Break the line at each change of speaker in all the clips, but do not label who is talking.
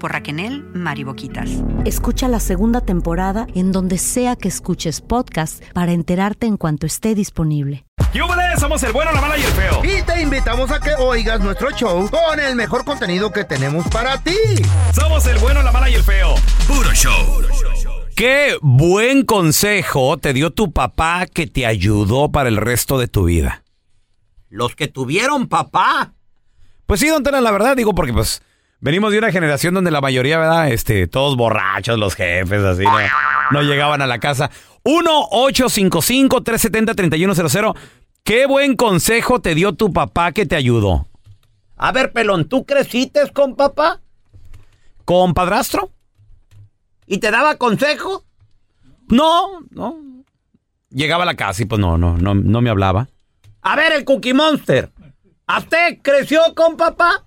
por Raquel Mariboquitas.
Escucha la segunda temporada en donde sea que escuches podcast para enterarte en cuanto esté disponible.
¡Yúbales! Somos el bueno, la mala y el feo.
Y te invitamos a que oigas nuestro show con el mejor contenido que tenemos para ti.
Somos el bueno, la mala y el feo.
Puro show. Qué buen consejo te dio tu papá que te ayudó para el resto de tu vida.
Los que tuvieron papá.
Pues sí, don Tena, la verdad digo porque pues Venimos de una generación donde la mayoría, ¿verdad? Este, todos borrachos, los jefes, así, ¿no? No llegaban a la casa. 1-855-370-3100. ¿Qué buen consejo te dio tu papá que te ayudó?
A ver, pelón, ¿tú creciste con papá?
¿Con padrastro?
¿Y te daba consejo?
No, no. Llegaba a la casa y pues no, no, no, no me hablaba.
A ver, el Cookie Monster. ¿A usted creció con papá?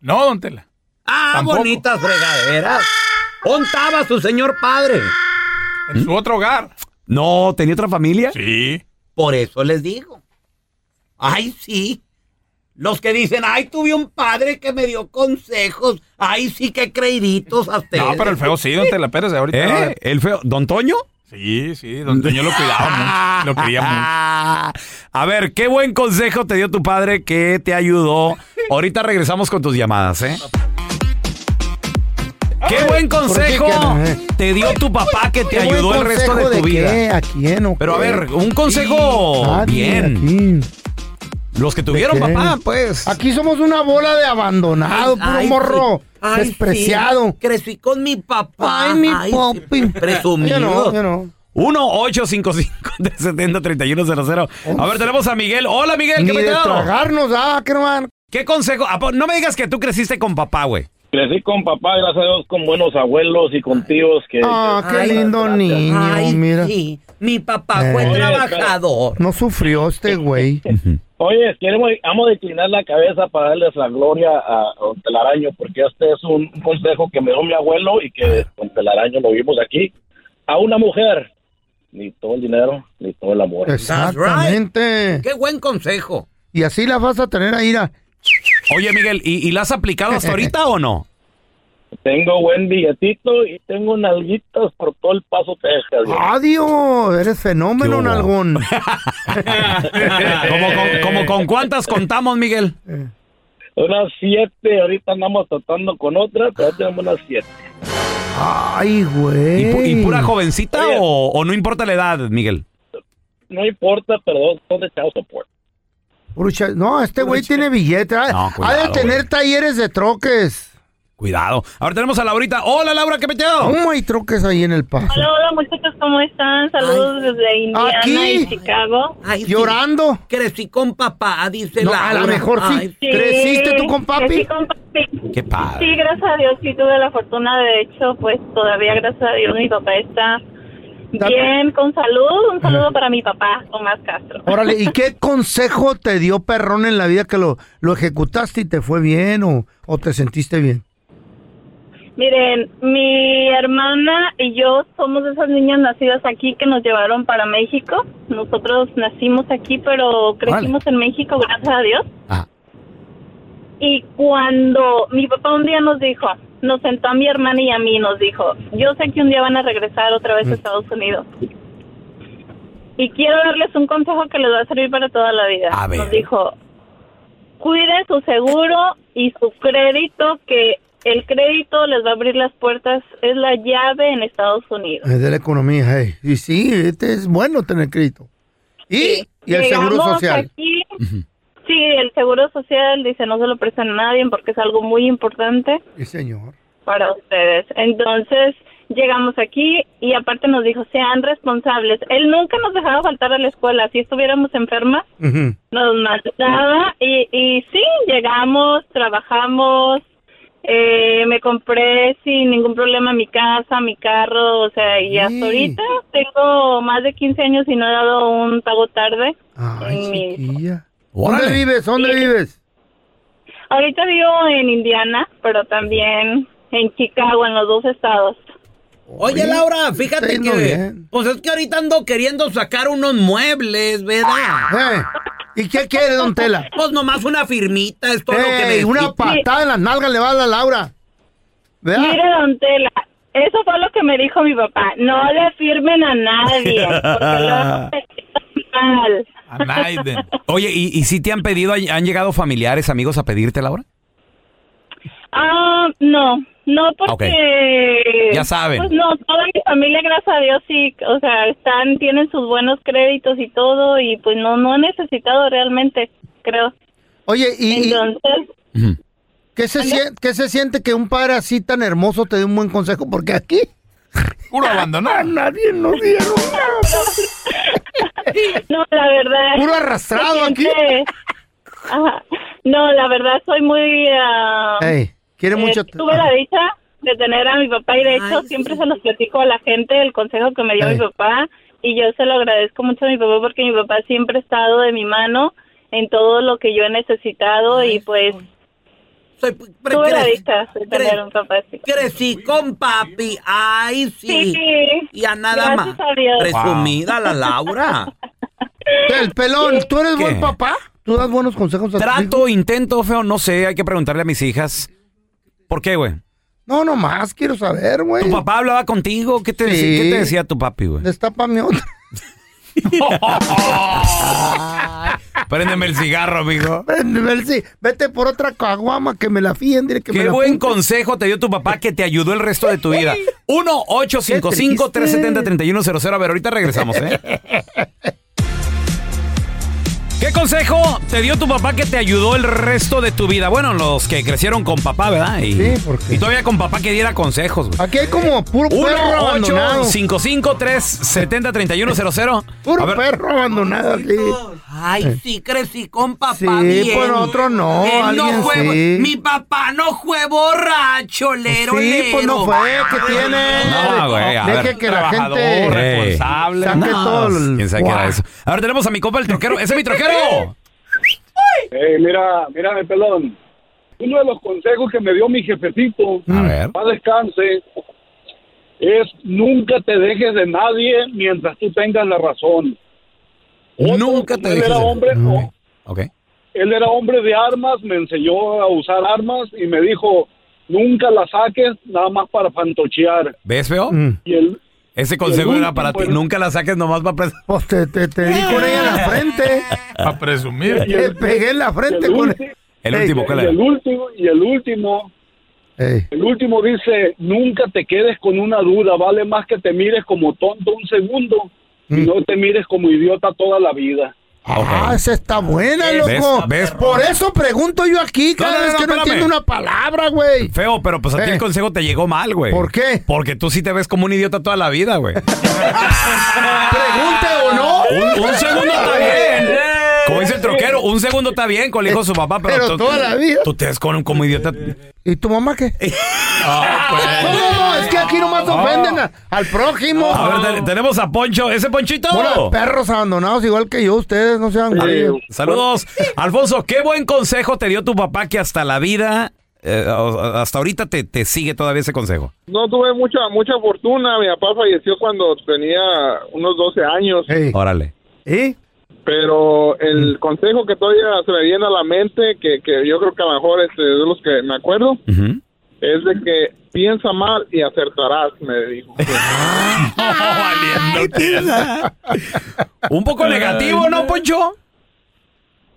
No, don Tela.
Ah,
Tampoco.
bonitas fregaderas. ¿Dónde estaba su señor padre?
En su otro hogar.
No, tenía otra familia.
Sí.
Por eso les digo. Ay, sí. Los que dicen, ay, tuve un padre que me dio consejos. Ay, sí, que creíditos hasta.
No, pero el feo sí, don Tela Pérez. Ahorita.
¿Eh? El feo. ¿Don Toño?
Sí, sí, don Toño lo cuidaba mucho. Lo quería mucho.
Ah, a ver, qué buen consejo te dio tu padre que te ayudó. Ahorita regresamos con tus llamadas, ¿eh? Qué buen consejo
qué
te dio tu papá que te
¿Qué
ayudó
buen
el resto
consejo
de tu
qué?
vida.
¿A quién o
Pero a
qué?
ver, un consejo
Nadie,
bien.
Aquí.
Los que tuvieron
¿De qué?
papá, pues.
Aquí somos una bola de abandonado, puro
Ay,
morro
sí. Ay, sí.
despreciado.
Crecí con mi papá.
Ay, mi
sí.
papi.
Presumido.
Yo no, yo no.
1-855-370-3100. A ver, tenemos a Miguel. Hola, Miguel,
Ni
¿qué me
de
dio?
tragarnos, ah, que no van.
¿Qué consejo? Ah, po- No me digas que tú creciste con papá, güey.
Crecí con papá, gracias a Dios, con buenos abuelos y con tíos que...
Ah, qué
Ay,
lindo
gracias.
niño,
Ay,
mira.
sí. Mi papá
Eh.
fue
Oye,
trabajador.
No sufrió este güey.
Oye, queremos, vamos a inclinar la cabeza para darles la gloria a Don Telaraño, porque este es un consejo que me dio mi abuelo y que Don Telaraño lo vimos aquí. A una mujer, ni todo el dinero, ni todo el amor.
Exactamente.
Qué buen consejo.
Y así las vas a tener ahí. mira.
Oye, Miguel, ¿y, y la has aplicado hasta ahorita o no?
Tengo buen billetito y tengo nalguitas por todo el paso Texas. güey.
Adiós, eres fenómeno,
Qué hubo.
nalgón.
¿Cómo con, como con cuántas contamos, Miguel?
Unas siete, ahorita andamos tratando con otra, pero ya tenemos unas siete.
Ay,
¿Y, pu-
güey.
y pura jovencita
Oye.
o, o no importa la edad, Miguel?
No importa, pero dos, dos de child support.
Puro cha- No, este güey tiene billete. Ha,
No,
ha
cuidado,
de tener
güey.
talleres de troques.
Cuidado. Ahora tenemos a Laurita. Hola, Laura, ¿qué peteo?
¿Cómo hay troques ahí en el paso?
Hola, hola muchachos, ¿cómo están? Saludos desde Indiana
¿Aquí?
y Chicago.
¿Llorando?
Crecí con papá, dice
No,
la.
a lo mejor sí. ¿Creciste tú con papi?
crecí con papi.
Qué padre.
Sí, gracias a Dios, sí tuve la fortuna. De hecho, pues todavía, gracias a Dios, mi papá está bien, con salud. Un saludo para mi papá, Tomás Castro.
Órale, ¿y qué consejo te dio perrón en la vida que lo, lo ejecutaste y te fue bien o, o te sentiste bien?
Miren, mi hermana y yo somos de esas niñas nacidas aquí que nos llevaron para México. Nosotros nacimos aquí, pero crecimos en México, gracias a Dios. Y cuando mi papá un día nos dijo, nos sentó a mi hermana y a mí, nos dijo, yo sé que un día van a regresar otra vez a Estados Unidos. Y quiero darles un consejo que les va a servir para toda la vida. Nos dijo, cuide su seguro y su crédito, que el crédito les va a abrir las puertas, es la llave en Estados Unidos.
Es de la economía, hey. Y sí, este es bueno tener crédito. Y, y el seguro
Llegamos
social.
aquí- sí, el seguro social dice no se lo prestan a nadie porque es algo muy importante
Sí, señor.
para ustedes. Entonces llegamos aquí y aparte nos dijo sean responsables. Él nunca nos dejaba faltar a la escuela. Si estuviéramos enfermas, nos mandaba y, y sí, llegamos, trabajamos, eh, me compré sin ningún problema mi casa, mi carro, o sea, y hasta
Sí.
ahorita tengo más de 15 años y no he dado un pago tarde. en mi-
¿Dónde vives? ¿Dónde vives?
Ahorita vivo en Indiana, pero también en Chicago, en los dos estados.
Oye, Laura, fíjate
yendo
que. Pues es que ahorita ando queriendo sacar unos muebles, ¿verdad?
Eh, ¿Y qué quiere, don Tela?
Pues nomás una firmita, es todo lo que
Ey,
me.
una patada en las nalgas le va a dar a Laura. ¿Verdad?
Mire, don Tela, eso fue lo que me dijo mi papá. No le firmen a nadie. mal.
Oye, ¿y, y si te han pedido, han han llegado familiares, amigos a pedirte, Laura?
Ah, no, no porque
Ok. Ya saben.
Pues no, toda mi familia, gracias a Dios, sí, o sea, están, tienen sus buenos créditos y todo, y pues no, no he necesitado realmente, creo.
Oye, y- y-
entonces,
¿Qué se, sien- qué se siente que un padre así tan hermoso te dé un buen consejo? Porque aquí.
Puro abandono.
A nadie nos dieron
no, la verdad.
Puro arrastrado
aquí. No, la verdad, soy muy. ah,
Ey, quiere
Eh,
mucho.
Tuve la dicha de tener a mi papá y de hecho siempre se los platico a la gente el consejo que me dio
Ay.
mi papá y yo se lo agradezco mucho a mi papá porque mi papá siempre ha estado de mi mano en todo lo que yo he necesitado y pues tuve la dicha de tener un papá así.
Crecí con papi, ay, sí.
Sí.
Y a nada
Gracias
más.
a Dios.
Presumida la Laura.
El pelón, ¿tú eres buen papá? ¿Tú das buenos consejos a tus hijos?
Trato, intento, feo, no sé, hay que preguntarle a mis hijas. ¿Por qué, güey?
No, nomás quiero saber, güey.
¿Tu papá hablaba contigo? ¿Qué te,
Sí.
decía, ¿qué te decía tu papi, güey?
Destapa mi otra.
Préndeme el cigarro, amigo.
Ven, ven, sí, Vete por otra caguama que me la fíen. Dile que me
Qué
la
buen
apunte.
consejo te dio tu papá que te ayudó el resto de tu vida. 1-855-370-3100. A ver, ahorita regresamos, ¿eh? ¿Qué consejo te dio tu papá que te ayudó el resto de tu vida? Bueno, los que crecieron con papá, ¿verdad? Y,
Sí, porque-
y todavía con papá que diera consejos, güey.
Aquí hay como puro perro abandonado.
1-855-370-3100.
Puro
A ver,
perro abandonado aquí.
Ay, sí, crecí con papá.
Sí,
bien.
por otro no,
Él
alguien
fue-
sí.
Mi papá no fue borracho, Ah, lero,
Sí, pues no fue, que tiene?
No, güey, a
Deje
ver.
que la
Trabajador,
gente
responsable.
saque
No,
todo el-
¿Quién sabe qué era
Guau.
eso? Ahora tenemos a mi compa el troquero. ¡Ese es mi troquero!
Ey, Eh, mira, mira, mi pelón. Uno de los consejos que me dio mi jefecito,
A ver.
para descanse, es nunca te dejes de nadie mientras tú tengas la razón.
nunca
te dejes. Él era hombre, o-
Ok.
él era hombre de armas, me enseñó a usar armas y me dijo, nunca las saques nada más para pantochear.
¿Ves, feo?
Mm.
Y el, pues.
Ese consejo era para ti. Nunca la saques nomás para presumir.
Pues te, te, te di con ella en la frente.
Para presumir.
Te pegué en la frente con
El último, ¿cuál
y
era?
el último, y el último, el último dice, nunca te quedes con una duda, vale
Mm.
más que te mires como tonto un segundo y no te mires como idiota toda la vida.
Ah, esa está buena,
¿Ves?
loco.
¿Ves?
Por eso pregunto yo aquí, cada
no,
vez
no,
que no
espérame.
entiendo una palabra, güey.
Feo, pero pues a ti
Eh.
el consejo te llegó mal, güey. ¿Por qué? Porque tú sí te ves como un idiota toda la vida, güey.
Pregunte o no.
Un, un segundo está bien. Como dice el troquero, un segundo está bien, como le dijo su papá, pero,
Pero
tú-
toda la vida.
Tú te ves con- como idiota.
Ah.
Eh,
¿Y tu mamá qué? No, no, no, es que aquí nomás
pues. Ah.
ofenden a- al prójimo.
A ver, te- tenemos a Poncho. ¿Ese Ponchito? Ah,
Hola, perros abandonados igual que yo, ustedes no sean güeyes.
Saludos. Alfonso, qué buen consejo te dio tu papá que hasta la vida, eh, o- o- hasta ahorita te, te sigue todavía ese consejo.
No tuve mucha mucha fortuna. Mi papá falleció cuando tenía unos 12 años.
Órale.
¿Y?
Pero
Mm.
el consejo que todavía se me viene a la mente, que, que yo creo que a lo mejor este, es de los que me acuerdo,
Mm.
es de que piensa mal y acertarás, me dijo.
Un poco negativo, ¿no, Poncho?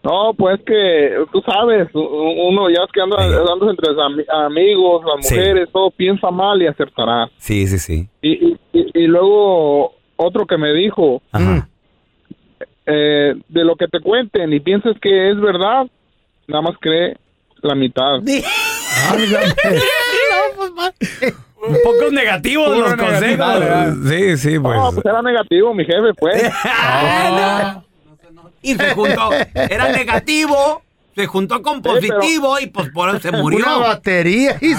No, pues que tú sabes, u- u- uno ya es que anda, andas entre ami- amigos, las
Sí.
mujeres, todo piensa mal y acertarás.
Sí, sí, sí.
Y, y- y- y luego otro que me dijo, eh, de lo que te cuenten y pienses que es verdad, nada más cree la mitad.
Un poco negativos
Puro
los
negativo,
consejos.
¿verdad?
Sí, sí, pues.
No, pues era negativo mi jefe, pues.
Ah,
Y se juntó. Era negativo, se juntó con positivo y pues por eso se murió.
Una batería. y-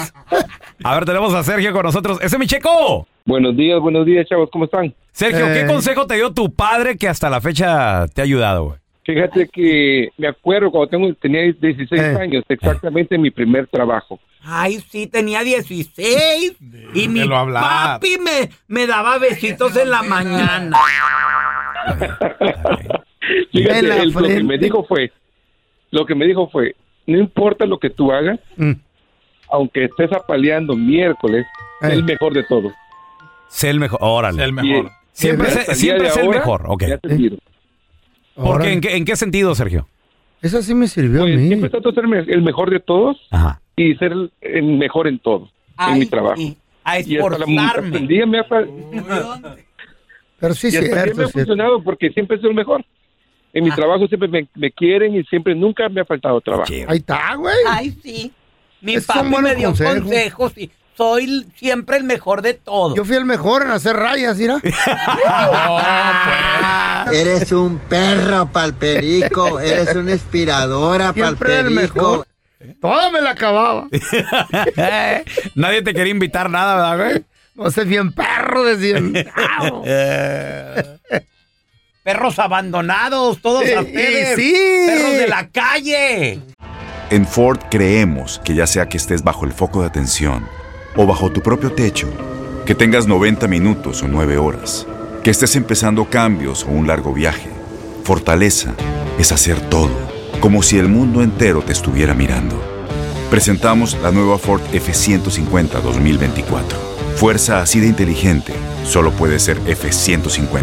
A ver, tenemos a Sergio con nosotros. ¡Ese es mi checo!
Buenos días, buenos días, chavos, ¿cómo están?
Sergio, ¿qué
Eh.
consejo te dio tu padre que hasta la fecha te ha ayudado, güey?
Fíjate que Eh, me acuerdo cuando tengo, tenía 16
Eh.
años, exactamente mi primer trabajo.
Ay, sí, tenía 16 y mi
lo hablaba.
papi me, me daba besitos en la mañana.
Fíjate,
En la
él lo que
frente.
me dijo fue, lo que me dijo fue, no importa lo que tú hagas,
Mm.
aunque estés apaleando miércoles,
Eh.
es el mejor de todos.
Sé el mejor. Órale. el
mejor.
Siempre,
Bien.
sé-
Hasta el día
siempre
de
es el
ahora,
mejor, ok. ¿Por qué? ¿En qué, en qué sentido, Sergio?
Eso sí me sirvió a mí.
Siempre trato de ser me- el mejor de todos y ser el, el mejor en todo, en mi trabajo.
A
Y hasta la- hasta el día me ha,
Pero sí,
y hasta el día
cierto,
me ha
cierto.
funcionado porque siempre soy el mejor. En mi trabajo siempre me, me quieren y siempre nunca me ha faltado trabajo.
Ahí está, güey.
Ay, sí. Mi
Esos son
papi me
buenos
dio
consejos.
consejos y soy l- siempre el mejor de todos.
Yo fui el mejor en hacer rayas, mira. pues.
Eres un perro palperico, eres una inspiradora
Siempre el
palperico.
mejor. Toda me la acababa.
Nadie te quería invitar nada, ¿verdad, güey?
No sé, bien perro, decían. ¡Au!
Perros abandonados, todos
Sí,
a ustedes.
sí.
Perros de la calle.
En Ford creemos que ya sea que estés bajo el foco de atención o bajo tu propio techo, que tengas 90 minutos o 9 horas, que estés empezando cambios o un largo viaje, fortaleza es hacer todo, como si el mundo entero te estuviera mirando. Presentamos la nueva Ford F150 2024. Fuerza así de inteligente solo puede ser F150.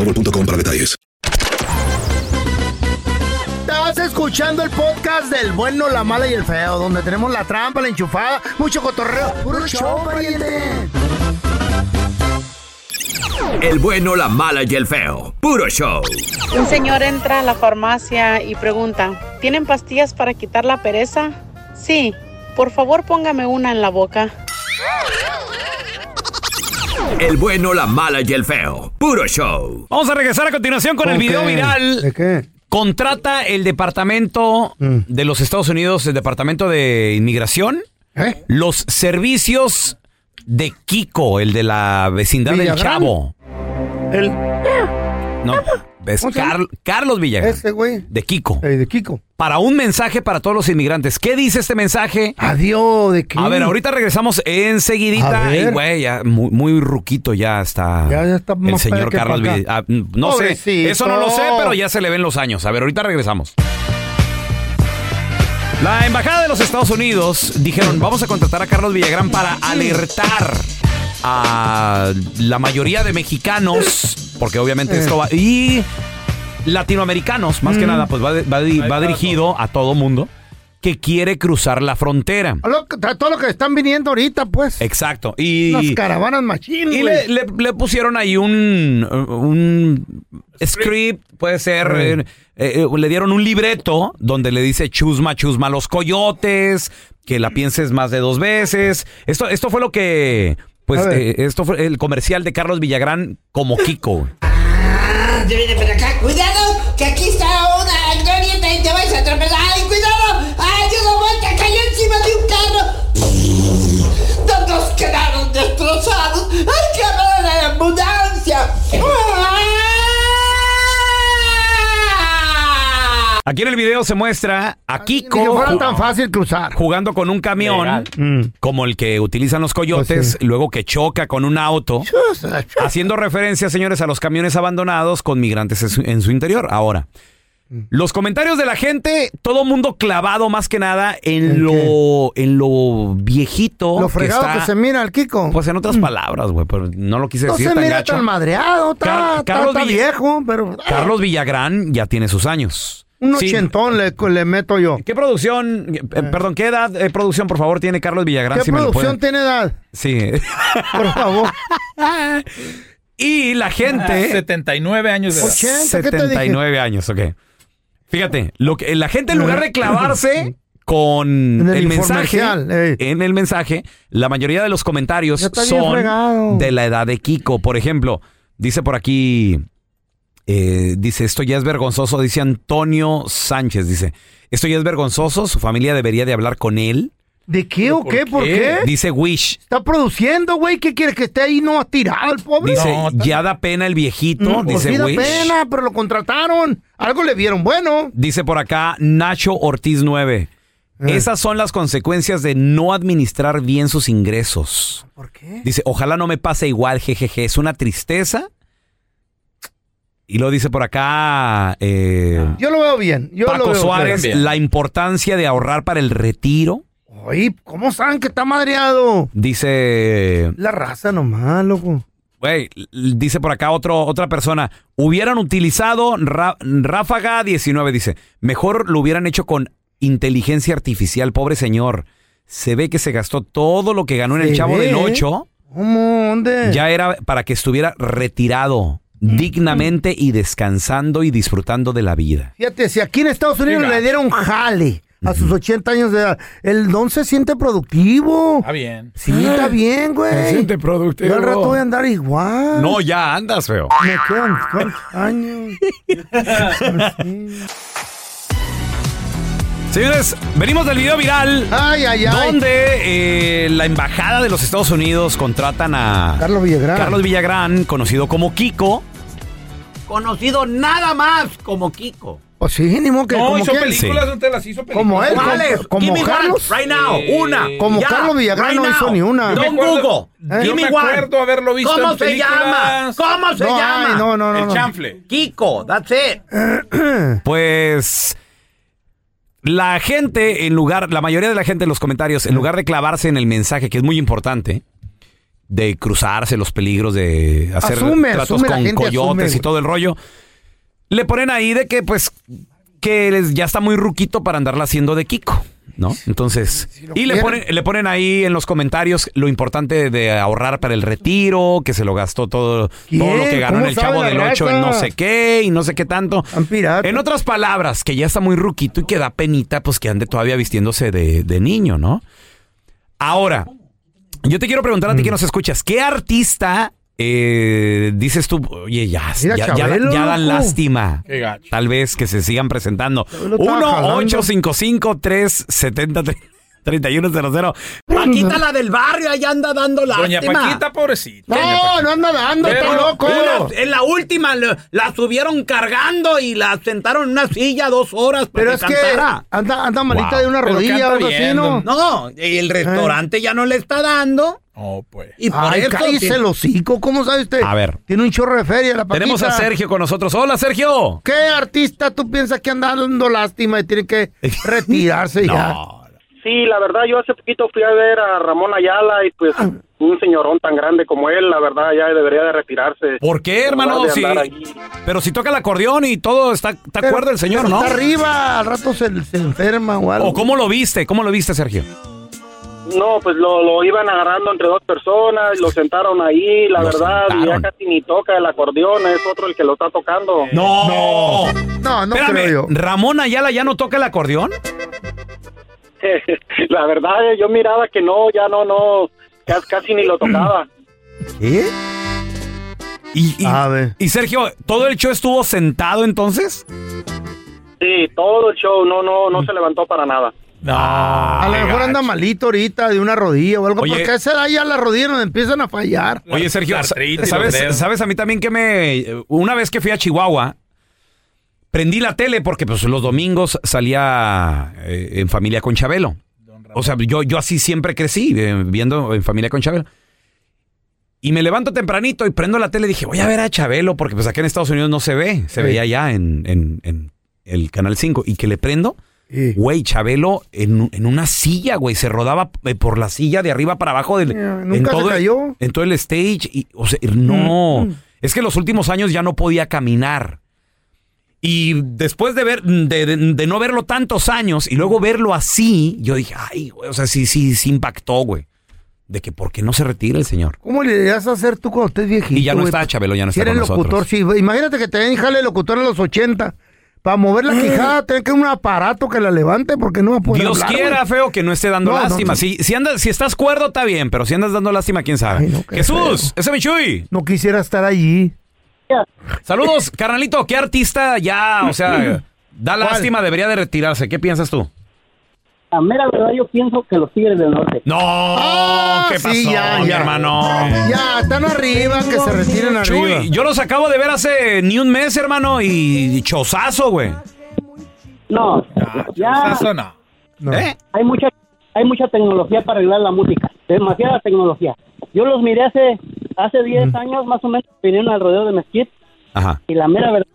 para detalles.
Estás escuchando el podcast del bueno, la mala y el feo, donde tenemos la trampa, la enchufada, mucho cotorreo. ¡Puro show, pariente!
El bueno, la mala y el feo. Puro show.
Un señor entra a la farmacia y pregunta, ¿tienen pastillas para quitar la pereza? Sí, por favor póngame una en la boca.
el bueno, la mala y el feo. Puro show.
Vamos a regresar a continuación con el
¿Con
video
qué?
viral.
¿De qué? Mm.
Contrata el departamento de los Estados Unidos, el departamento de inmigración,
¿Eh?
los servicios de Kiko, el de la vecindad del
Villagrán.
Chavo.
El
No, es
¿Cómo se llama?
Carl- Carlos Villagrán.
Ese güey.
De Kiko.
de Kiko.
Para un mensaje para todos los inmigrantes. ¿Qué dice este mensaje?
Adiós, de qué.
A ver, ahorita regresamos
A
enseguidita.
ver.
Ay, güey, ya muy, muy ruquito ya está.
Ya, ya está
Ah. el
más para
señor
que
Carlos
para acá.
Vill- ah, No sé,
Pobrecito.
eso no lo sé, pero ya se le ven los años. A ver, ahorita regresamos. La Embajada de los Estados Unidos dijeron, vamos a contratar a Carlos Villagrán para alertar a la mayoría de mexicanos, porque obviamente
Eh.
esto va... Y latinoamericanos, más que
Mm.
nada, pues va, va- va
va
dirigido a todo mundo que quiere cruzar la frontera.
A lo- a todo lo que están viniendo ahorita, pues.
Exacto. Y
Las caravanas machín,
y le,
güey.
le- le pusieron ahí un, uh, un script, puede ser, eh, eh, le dieron un libreto donde le dice chusma, chusma los coyotes, que la pienses más de dos veces. Esto, esto fue lo que, pues,
A ver.
eh, esto fue el comercial de Carlos Villagrán como Kiko.
Ah, te viene para acá. Cuidado, que aquí está una glorieta y te vais a atropellar. ¡Ay, cuidado! ¡Ay, dio la vuelta! ¡Cayó encima de un carro! ¡No nos quedaron destrozados! ¡Ay, que hablar de la ambulancia!
Aquí en el video se muestra a Kiko
Ni que fuera
ju-
tan fácil cruzar.
jugando con un camión
Mm.
como el que utilizan los
Pues
coyotes, luego que choca con un auto, haciendo referencia, señores, a los camiones abandonados con migrantes en su, en su interior. Ahora,
Mm.
los comentarios de la gente, todo mundo clavado más que nada en lo en lo viejito
Lo fregado que se mira al Kiko.
Pues en otras palabras, güey, pero no lo quise
No
decir
se
tan
mira
gacho.
tan madreado, está,
Car-
está-
Carlos
está
Villa-
viejo, pero.
Carlos Villagrán ya tiene sus años.
Un
Sí.
ochentón le, le meto yo.
¿Qué producción, eh, perdón, qué edad, eh, producción, por favor, tiene Carlos Villagrán?
¿Qué
si me lo pueden-
producción tiene edad?
Sí.
Por favor.
Y la gente.
79 años de edad.
80, ¿qué te dije?
79 años, ok. Fíjate, lo que, la gente en lugar de clavarse con
En
el,
el
mensaje,
infomercial,
en el mensaje, la mayoría de los comentarios
Ya está bien
son
fregado.
de la edad de Kiko. Por ejemplo, dice por aquí, eh, dice, esto ya es vergonzoso, dice Antonio Sánchez, dice, esto ya es vergonzoso, su familia debería de hablar con él.
¿De qué o qué? ¿Por qué?
Dice Wish,
Está produciendo, güey. ¿Qué quiere que esté ahí no tirado el pobre?
dice, ya da pena el viejito,
No, pues
dice
sí da
Wish.
pena, pero lo contrataron. Algo le vieron bueno.
Dice por acá Nacho Ortiz 9. Esas son las consecuencias de no administrar bien sus ingresos. ¿Por qué? Dice, ojalá no me pase igual, jejeje. Es una tristeza. Y lo dice por acá eh,
Yo lo veo bien. Yo lo
Paco
veo
Suárez,
bien.
la importancia de ahorrar para el retiro.
Oye, ¿cómo saben que está madreado?
Dice,
La raza nomás, loco.
güey, l- dice por acá otro, otra persona, hubieran utilizado Ra- Ráfaga 19, dice, mejor lo hubieran hecho con inteligencia artificial, pobre señor. Se ve que se gastó todo lo que ganó en el
Se
Chavo
ve.
del 8,
¿Cómo? ¿Dónde?
ya era para que estuviera retirado
Mm.
dignamente y descansando y disfrutando de la vida.
Fíjate, si aquí en Estados Unidos
Mira.
le dieron jale a sus 80 años de edad, el don se siente productivo. Está
bien.
Sí, está bien, güey.
Se siente productivo.
Yo al rato voy a andar igual.
No, ya andas, feo.
Me quedan cuántos años.
Señores, venimos del video viral.
Ay, ay, ay.
Donde eh, la embajada de los Estados Unidos contratan a
Carlos Villagrán.
Carlos Villagrán, conocido como Kiko.
Conocido nada más como Kiko.
Pues sí, ni modo que
No,
como
hizo
quién.
películas,
Sí.
don Tela, sí hizo películas.
Como él,
¿Cuáles?
como, como
Give me one,
Carlos.
right now, una,
Como
ya,
Carlos Villagrán
right
no hizo
now.
ni
Don
una.
Yo me acuerdo-
¿Eh?
Google, yo give me me one. acuerdo haberlo visto ¿Cómo en se películas. llama? ¿Cómo se
No,
llama?
ay, no, no, no.
El
no.
chanfle. Kiko, that's it.
Pues la gente, en lugar, la mayoría de la gente en los comentarios, en lugar de clavarse en el mensaje, que es muy importante, de cruzarse los peligros, de hacer
Asume,
tratos
asume, la
con
gente
coyotes
asume,
y todo el rollo, le ponen ahí de que, pues, que les- ya está muy ruquito para andarla haciendo de Kiko. ¿No? Entonces, y le ponen, le ponen ahí en los comentarios lo importante de ahorrar para el retiro, que se lo gastó todo, todo lo que
¿Quién?
ganó en
¿Cómo
el
sabe
Chavo
la
del 8 en
raza?
no sé qué y no sé qué tanto. En otras palabras, que ya está muy ruquito y que da penita, pues que ande todavía vistiéndose de, de niño,
Mm.
¿no? Ahora, yo te quiero preguntar a ti que nos escuchas, ¿qué artista eh, dices tú, oye, ya,
Mira,
ya, ya-
Chabelo,
ya dan
loco.
lástima.
Qué gacho.
Tal vez que se sigan presentando.
Chabelo estaba jalando.
1-855-370-3100.
Paquita la del barrio, allá anda dando lástima.
Doña Paquita,
pobrecita.
No,
no anda dando, está loco.
en la última la, la subieron cargando y la sentaron en una silla dos horas para
Pero
que
es que
cantara.
anda, anda malita de una rodilla o algo así, ¿no? Eh.
No, y el restaurante ya no le está dando.
Oh, pues.
Y por
Ay,
eso
cállese
tiene-
el hocico, ¿cómo sabe usted?
A ver.
Tiene un chorro de feria la Paquita.
Tenemos a Sergio con nosotros. Hola, Sergio.
¿Qué artista tú piensas que anda dando lástima y tiene que retirarse ya?
Sí, la verdad, yo hace poquito fui a ver a Ramón Ayala y
Ah.
pues un señorón tan grande como él, la verdad, ya debería de retirarse.
¿Por qué, hermano?
de
Si-
andar ahí.
pero si toca el acordeón y todo, está, está acuerdo el señor,
Pero
¿no?
Está arriba, al rato se, se enferma o algo.
¿O cómo lo viste? ¿Cómo lo viste, Sergio?
No, pues lo, lo iban agarrando entre dos personas, lo sentaron ahí, la
Lo
verdad,
sentaron. Eh,
ya casi ni toca el acordeón, es otro el que lo está tocando.
No.
No, no
Oh. Espérame, ¿Ramón Ayala ya no toca el acordeón?
la verdad, yo miraba que no, ya no, no, casi, casi ni lo tocaba.
¿Qué?
Y, y- y Sergio, ¿todo el show estuvo sentado entonces?
Sí, todo el show, no, no, no se levantó para nada.
No.
A lo mejor anda malito ahorita de una rodilla o algo.
Oye.
porque se da ya la rodilla donde empiezan a fallar?
Oye, Sergio,
la
sa-
artritis,
¿sabes,
los dedos.
sabes a mí también que me... Una vez que fui a Chihuahua, prendí la tele porque pues, los domingos salía eh, en familia con Chabelo. O sea, yo, yo así siempre crecí, eh, viendo en familia con Chabelo. Y me levanto tempranito y prendo la tele y dije, voy a ver a Chabelo, porque pues acá en Estados Unidos no se ve. Se
Sí.
veía ya en, en- en el Canal 5. Y que le prendo, güey, Chabelo en, en una silla, güey. Se rodaba eh, por la silla de arriba para abajo del,
nunca
en
se
todo el-
cayó.
en todo el stage. Y, o sea, no. Es que los últimos años ya no podía caminar. Y después de ver, de, de- de no verlo tantos años y luego verlo así, yo dije, ay, güey, o sea, sí, sí, sí impactó, güey. De que por qué no se retira el señor.
¿Cómo le das a hacer tú cuando estés viejito?
Y ya no
güey?
está, Chabelo, ya no
Si
está
eres
con nosotros.
locutor, sí. Imagínate que te den jale locutor a los 80. Para mover la quijada, tener que un aparato que la levante porque no va a poder
Mm. Dios
hablar,
quiera,
güey.
feo, que no esté dando
No, no,
lástima.
no.
Si, si, andas, si estás cuerdo, está bien, pero si andas dando lástima, quién sabe. Jesús, ese Michuy.
No quisiera estar allí.
Saludos, carnalito. ¿Qué artista ya, o sea, da lástima, debería de retirarse? ¿Qué piensas tú?
La mera verdad, yo pienso que los Tigres del Norte.
No, Oh,
Ah,
¿qué pasó,
sí, ya,
mi
ya.
hermano?
Ya, Ah, están arriba, que se retiren arriba.
Chuy, yo los acabo de ver hace ni un mes, hermano, y chozazo, güey.
No, ya
¿Eh?
hay mucha hay mucha tecnología para arreglar la música, demasiada tecnología. Yo los miré hace hace
Mm.
10 años más o menos, vinieron al rodeo de Mezquite
Ajá.
y la mera verdad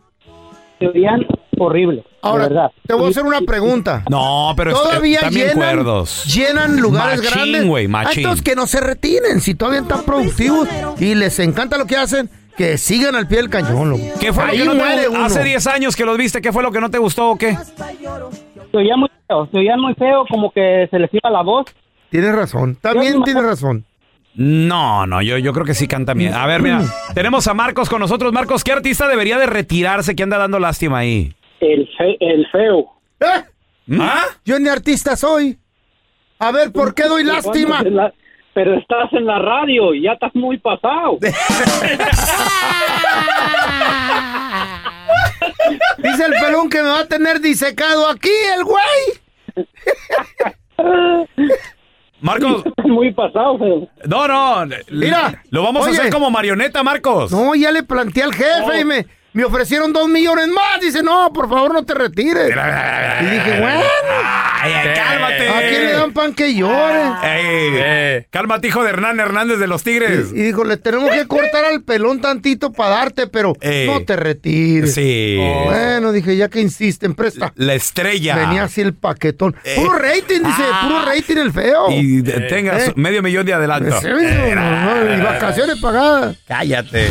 se veían horrible,
Ahora,
de verdad.
Te voy a hacer una pregunta.
No, pero es-
todavía
están bien
llenan,
cuerdos.
llenan lugares
Machín,
grandes. Ah,
güey,
A
machín.
estos que no se retiren, si todavía están productivos y les encanta lo que hacen, que sigan al pie del cañón. loco.
¿Qué fue lo
Ahí
que no te-
muere uno.
Hace 10 años que los viste, ¿qué fue lo que no te gustó o qué?
Se oían muy feo, se oían muy feo, como que se les iba la voz.
Tienes razón, también tienes razón.
No, no, yo, yo creo que sí canta bien. A ver, mira, tenemos a Marcos con nosotros. Marcos, ¿qué artista debería de retirarse? ¿Qué anda dando lástima ahí? ¿Mm?
El, el feo.
Yo ni artista soy. A ver, ¿por qué doy lástima?
pues, Pero estás en la radio y ya estás muy pasado.
Dice el pelón que me va a tener disecado aquí, el güey.
Marcos.
Muy pasado, feo.
No, no. le-
Mira.
Lo vamos a
oye.
hacer como marioneta, Marcos.
No, ya le planteé al jefe y me, me ofrecieron dos millones más. Dice, no, por favor, no te retires. y dije, bueno.
Ay, ay, cálmate.
¿A quién le dan pan que llore?
Ey, Cálmate, hijo de Hernán Hernández de los Tigres.
Y dijo, le tenemos que cortar al pelón tantito para darte, pero
Ey.
no te retires.
Sí.
Bueno, dije, ya que insisten, presta.
La estrella.
Venía así el paquetón. Puro rating, dice, puro rating el feo.
Eh. Ah. Y de- tengas
Eh.
medio millón de adelanto.
Sí, no, no, y vacaciones pagadas.
Cállate.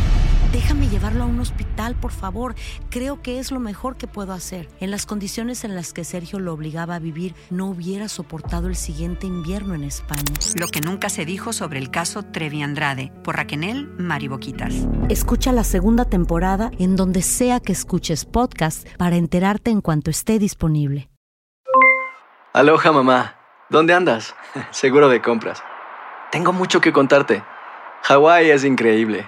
Déjame llevarlo a un hospital, por favor. Creo que es lo mejor que puedo hacer. En las condiciones en las que Sergio lo obligaba a vivir, no hubiera soportado el siguiente invierno en España.
Lo que nunca se dijo sobre el caso Trevi Andrade por Raquenel Mariboquitas.
Escucha la segunda temporada en donde sea que escuches podcast para enterarte en cuanto esté disponible.
Aloha mamá, ¿dónde andas? Seguro de compras. Tengo mucho que contarte. Hawái es increíble.